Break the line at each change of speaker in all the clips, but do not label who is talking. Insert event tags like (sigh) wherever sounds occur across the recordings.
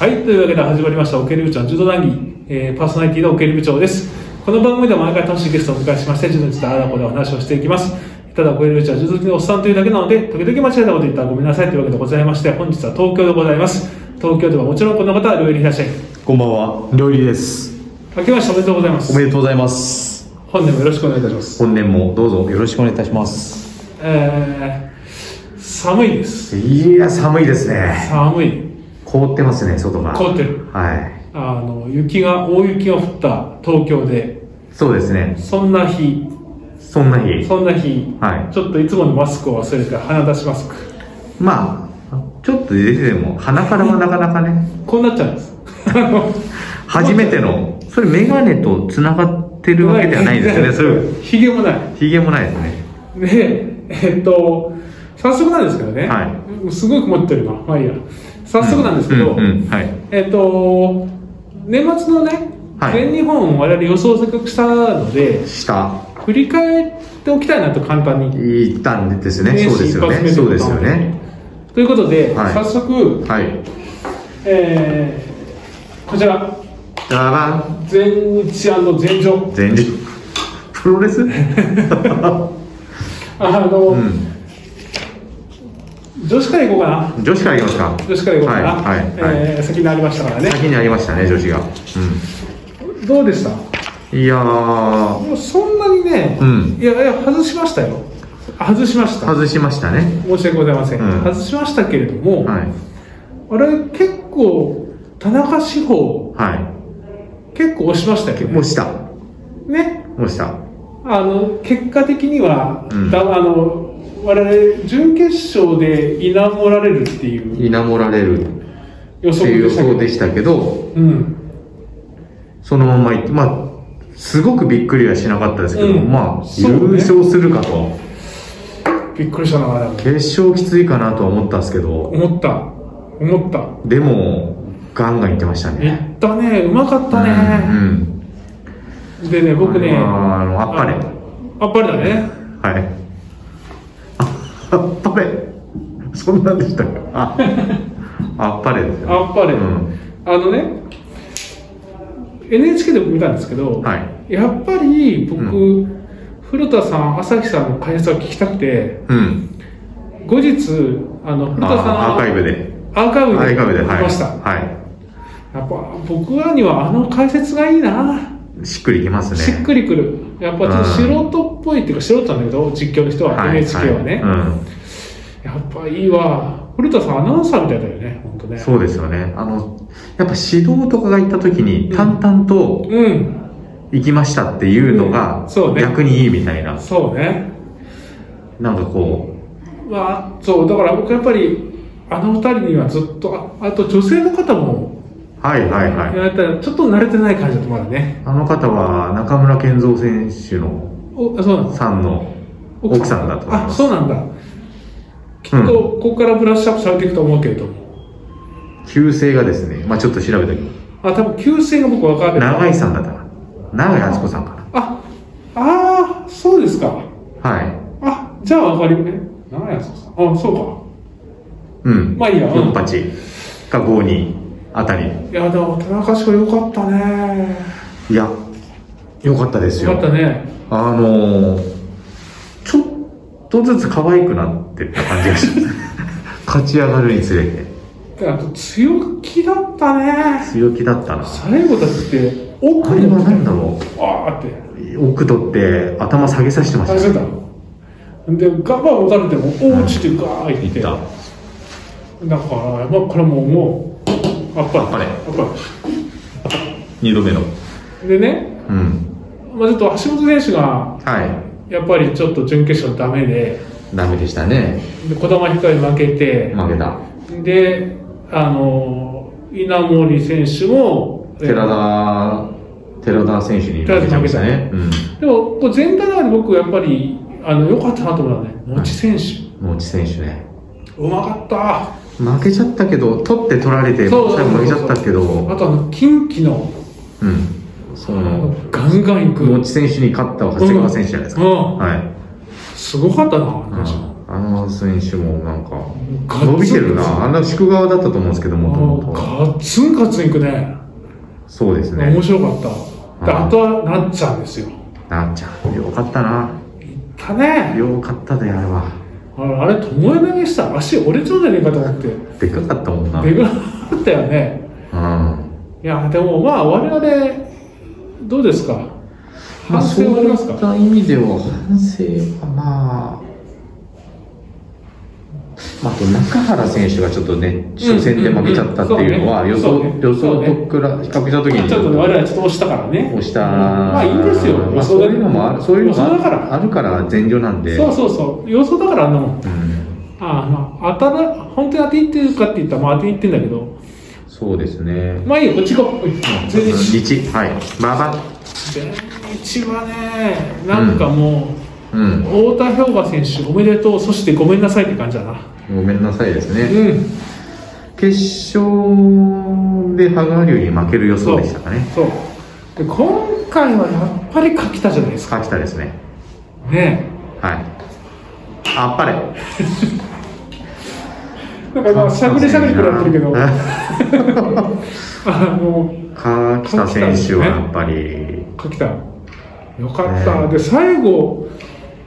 はい、というわけで始まりました、オケル部長の柔道談義、えーパーソナリティのオケル部長です。この番組では毎回楽しいゲストをお迎えしまして、柔道についてあらこでお話をしていきます。ただ、オケル部長は柔道好きのおっさんというだけなので、時々間違えたこと言ったらごめんなさいというわけでございまして、本日は東京でございます。東京ではもちろんこの方は料理にいらっしゃい。
こんばんは、料理です。
明けましておめでとうございます。
おめでとうございます。
本年もよろしくお願いいたします。
本年もどうぞよろしくお願いいたします。
えー、寒いです。
いや、寒いですね。
寒い。
凍ってますね、外が。
凍ってる。
はい。
あの、雪が、大雪が降った東京で、
そうですね。
そんな日、
そんな日。
そんな日、
は
ちょっといつものマスクを忘れて鼻出しマスク
い。まあ、ちょっと出てても、鼻からはなかなかね、
こうなっちゃうんですあの
初めての、それメガネと繋がってるわけではないですよね。それ、
ひげもない
ヒゲもないですね。
でえっと早速なんですけどね、
は
すごい曇ってるなまあいいや早速なんですけど、
うん、うん、はい。
えっと年末のね、
はい
全日本を我々予想せっかくしたので
下、
振り返っておきたいなと簡単に
行ったんですね。
年
そうで
始一
すよ
発
ね。
目
そう
とい
で
うこ
す
とな
よ
の
ね。
ということで、
はい
早速、
はい。
えーこちら
じゃらん。
全日全場
前日。プロレス
あの、
うん。
女子から行こうかな
女子からいきますか
女子から行こうかな、
はいはいはい
えー先になりましたからね
先にありましたね女子が、
どうでした
うん、いやー
もうそんなにね、
うん
いやいや外しましたよ外しました
外しましたね
申し訳ございません、
うん
外しましたけれども、
はい
あれ結構田中志保
は
結構押しましたけ
い
ど
もう
ね
した
ね
もうした
あの結果的には、
うん
だあの我々準決勝で否もられるっていう
いなもられるっ
予
て
測
いう
で
予
したけ
想
ど
でしたけど
うん
そのままいってまあすごくびっくりはしなかったですけど、
うん
まあ、
そうね
優勝するかと
びっくりしたなあれも
決勝きついかなとは思ったんですけど
思った思った
でもガンガンいってました
い
ね
ったねうまかったね、
うん
でね
うん
僕ね
あのあっぱれ
あっぱれだね
はいああっぱれそんなんでしたかああっぱれですよ
あっぱれ、
うん
あのね NHK でも見たんですけど、
はい。
やっぱり僕、
う
古田さん朝日さんの解説を聞きたくて
うん。
後日あの古田さん
あアーカイブ
で
で。
アーカイ
ア
ブで
ーカイブで、はい。
見ました、
は
やっぱ僕らにはあの解説がいいな、
い。しっくりきますね。
しっくりくるやっぱちょっと素人っぽいっていうか素人なんだけど実況の人は、
はい
NHK はね、
いうん。
やっぱいいわ古田さんアナウンサーみたいだよね本当ね
そうですよね。あの、やっぱ指導とかが行った時に、
うん
淡々と
うん
行きましたっていうの
う
が
んそう、ね
逆にいいみたいな。
そうね
なんかこ
まあそうだから僕やっぱりあの二人にはずっとああと女性の方も
う、はいはい
や
はい。
られたらちょっと慣れてない感じだとまだね
あの方は中村健三選手の
おそうなんです
さんの奥さんだと思い
あ
ます。
そうなんだきっと
うん
ここからブラッシュアップされていくと思うけれども、
旧姓がですね、まあちょっと調べたけど、
あ多分旧姓が僕分かる
長井さんだったかな。長井敦子さんか
ああーそうですか
な。はい。
あじゃあ分かるよね長屋さんあそうか
うん。
まあいいやうん
4八か52あたり。
いやでも田中志保良かったね
いや、よかったです
良か
よ
っ。たね
あのー、ちょっとずつ可愛くなってった感じがし (laughs) ます。勝ち上がるにつれて。
あと強気だったね
強気だったな。
最後だって奥
あれは何だろ
あーって
う。奥取って頭下げさせてました
大
ね。
丈夫だでガバ打たれてもおーちってガーッいって
い
だ
った
から。まあこれもうもうあっぱれ
あっぱれ
あっ
二度目の。
ぱれでね、
うん。
まあ、ちょっと橋本選手が
はい。
やっぱりちょっと準決勝ダメで
ダメでしたね。
で児玉ひかり負けて
負けた。
であの稲森選手もえー
寺田、寺田選手に負けちゃいましたね。う
でもこう全体の中で僕やっぱりあの良かったなと思うのはね持ち選手、
ん。野内選手ね。
うまかった
負けちゃったけど取って取られて最
そう
後負けちゃったけ
あ
ど
とあの近畿の
うんそ
あの
の
ガンガン行く、う
持
ん、
ち選手に勝った長谷川選手じゃないですか、はい
すごかったな、あの人
ああの選手もなんか
ガッツン
伸びてるなあんな宿側だったと思うんですけどもとも
もう
と
ガッツンガッツンいくね
そうですね
面白かったで
うん
あとはなっちゃんですよ
なっちゃんよかったな
行ったね
よかったであれは
あれあれ巴投げしたら足折れちゃうんじゃねえかと思って
でかかったもんなう
で
ん
ぐらだったよねいやでもまあ我々どうですか
まあ
反
そう
省はあり
い
ますか、
った意味では反省はまあまあ、あと中原選手がちょっとね、初戦で負けちゃったっていうのは、
うんうん
予
うん
想
そうね
予
そう
想
ね
と比べ比較したときに、
ちょっとね我々はちょっと押したからね
押した、
まあいいんですよ
まあ、そういうのもあるそういうのも
予
あ
想だから
あるから全場なんで
そうそうそう予想だからあんなもん
うん、
ああまあ当たら本当に当てにいってるかって言ったらまあ当てにいってんだけど
そうですね
まあいいよこっち行こう全然
日はいババ
一はねなんかも
ッう
う、
ん
太田氷河選手おめでとうそしてごめんなさいって感じだな
ごめんなさいです
う
ね
ん
決勝で羽賀龍に負ける予想でしたかね
そうで今回はやっぱり柿田じゃないですか
秋田ですね
ね
はいあっぱれ
なんかまあしゃぐれしゃぐれくらいやってるけ
(laughs)
どあの
柿田選手はやっぱり
柿田よかった、で最後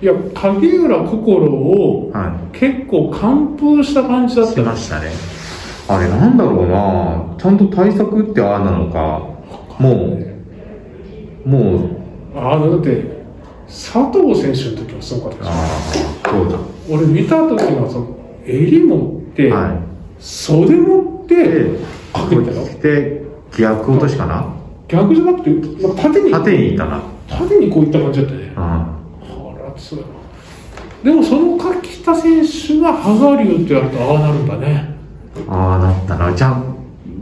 いや影浦心を
は
結構完封した感じだ
い
っ
して
た
ましたねあれなんだろうなちゃんと対策ってああなのかもうもう
ああだって佐藤選手の時もすごかったでしょ
ああそうだ
俺見た時はその襟持って、
は
袖持っ
い。で
て、かけたよ
で、逆落としかな
逆じゃなくてなんか縦に
縦にいたな。
縦にこういった感じだったね
うん。
あらつらいなでもその柿田選手が羽賀龍ってやるとああなるんだね
ああ、なったな。じゃあ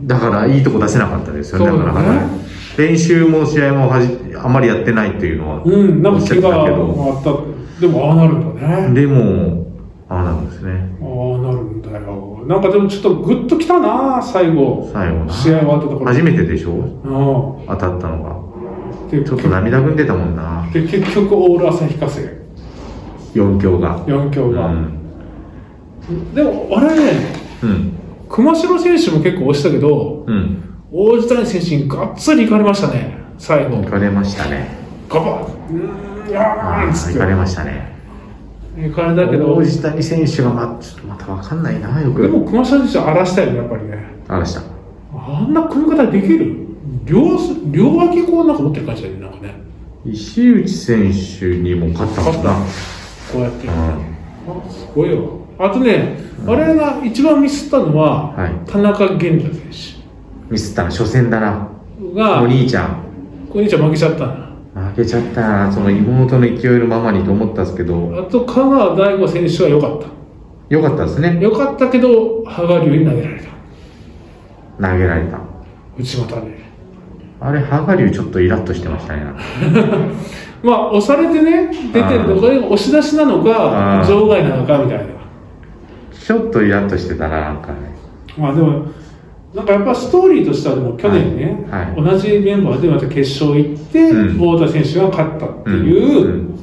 だからいいとこ出せなかったですよね。
そうだ
な
ね
かなかね。練習も試合もはじあまりやってないっていうのは
うんなん
おっ
か
しゃっ
怪
てたけ
我
ど。
もあったでもああなるんだね
でも、ああなんですね。
ああなるんだよなんかでもちょっとグッときたな最後
最後な。
試合終わったところ
初めてでしょ
う
当たったのが。
んで
ちょっと涙ぐんでたもんな。
で結局オール旭化成
4強が。
4強
う
が、
ん。
でも我々ね
うん。
熊代選手も結構押したけど
うん。
大地谷選手にがっつり行かれましたね最後
行かれましたね。
ガバッうーんや
ああ、
ーっつって
行かれましたね。
行かれたけど
大地谷選手がまちょっとまたわかんないなよく
でも熊代選手荒らしたよねやっぱりね
あれした
あんな組み方できる両す両脇こうなんか持ってる感じだよねなんかね
石内選手にも勝ったもんな
こうやって、
うん
あすごいよあとね、我々が一番ミスったのは、
はい
田中源太選
ミスったな初戦だな
手が
お兄ちゃん
お兄ちゃん負けちゃったな
負けちゃったなその妹の勢いのままにと思ったんですけど
あと香川大吾選手は良かっ
よかったです
た
ね
良かったけど羽賀龍に投げられた
投げられた
内股で
あれ羽賀龍ちょっとイラッとしてましたねなんか
まあ押されてね出てるのか押し出しなの
あ
か
ー
場外なのかみたいな
ちょっとイラッとしてたななんかね
まあでもなんかやっぱストーリーとしてはでも去年ね、
はいはい
同じメンバーでまた決勝行って、
うん
太田選手が勝ったっていう、
うん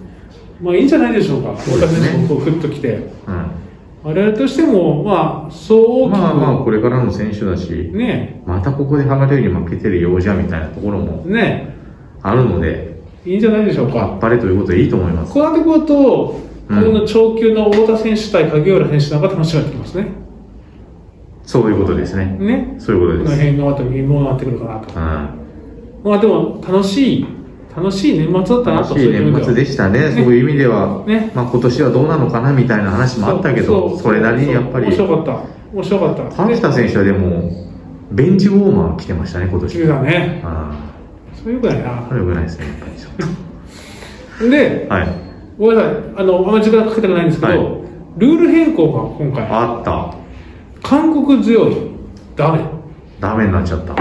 まあいいんじゃないでしょうか、
そう
太
で
田
すね
選手もこうふっときて、
うん
我々としても、まあ、そう大きく、
まあまあこれからの選手だし
ね
またここで羽賀龍に負けてるようじゃみたいなところも
ね
あるので
いいんじゃないでしょう
あ
か
っ、ぱれということでいいと思います
こうなってくると、
うん
この長級の太田選手対影浦選手なんか楽しみになってきますね、
そういうことですね。
ね
そういう
こ
こと
の
です。
辺がまた微妙になってくるかなと
う、ん。
まあでも楽しい、楽しい年末だったなと、
楽しい年末でしたね。そういう意味では、
ね
まあ今年はどうなのかなみたいな話もあったけど、それなりにやっぱり
面、白かった、面白かった、
川北選手はでも、ベンチウォーマー来てましたね、今
手
年。
だね、
あ
そういうぐらい
あ、
な
こ。れぐらいですね、やっぱりちょっ
で
と。はい。
ごめんなさい、あの、あんまり時間かけたくないんですけど、
はい
ルール変更が今回、
あった。
韓国強い、ダメ、
ダメになっちゃった。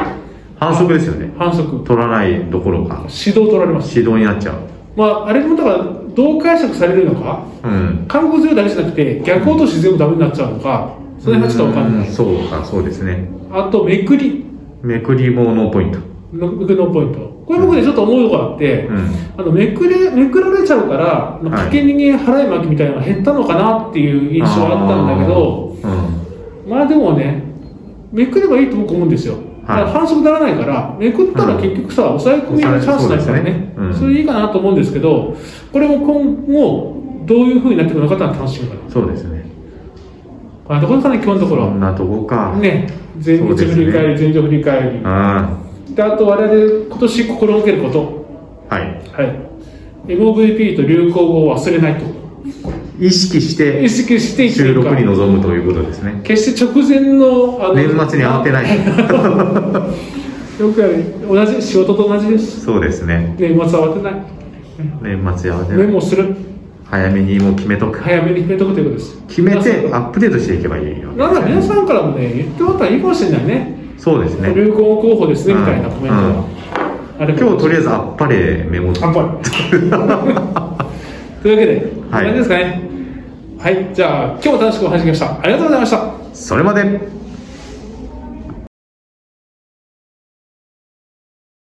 反則ですよね。
反則、
取らないどころか、
指導取られます。
指導になっちゃう。
まあ、あれもだから、どう解釈されるのか、
うん。
韓国強いだけじゃなくて、逆落とし全部ダメになっちゃうのか、その辺はちょっとわかんな
う
い。
そうか、そうですね。
あと、めくり、
めくりもノーポイント。
のめくりのポイント。ここれ僕ね、ちょっと思うところあって、
うん
あのめくれめくられちゃうから、まあ
はい
掛け逃げ払い巻きみたいなのが減ったのかなっていう印象はあったんだけど、
うん
まあでもね、めくればいいと僕思うんですよ。だから反則ならないから、めくったら結局さ、抑え込みのチャンスだからね、
そうですねうん
それでいいかなと思うんですけど、これも今後、どういうふうになってくるのかっていうのは楽しみかな。
そうですね
こんなところかな、基本のところ
こんなとこか、
ね、全
そう
日
ですね
振り返り、全日振り返り。
あ
で、あと我々、今年心がけること。
あはい
はい。MVP と流行語を忘れないと。
意識して
意識して生きて
収
いく
録
か
に臨むということですね
決して直前の、あの
年末に慌てない
(laughs) よくある、同じ、仕事と同じです。
そうですね
年末慌てない。
年末や慌て
メ
ない
モする。
早めにもう決めとく
早めに決めとくということです。
決めてアップデートしていけばいいよ
なんか皆さんからもね、言ってもらったらいいかもしれないね。
そうですね
流行語候補ですね、みたいなコメント
うんう
があ
ん。
れば
今日とりあえずあっぱれメモ
あ (laughs) っぱれ。というわけで、こんな感じですかね。はい、じゃあ、今日も楽しくお話しできました。ありがとうございました。
それまで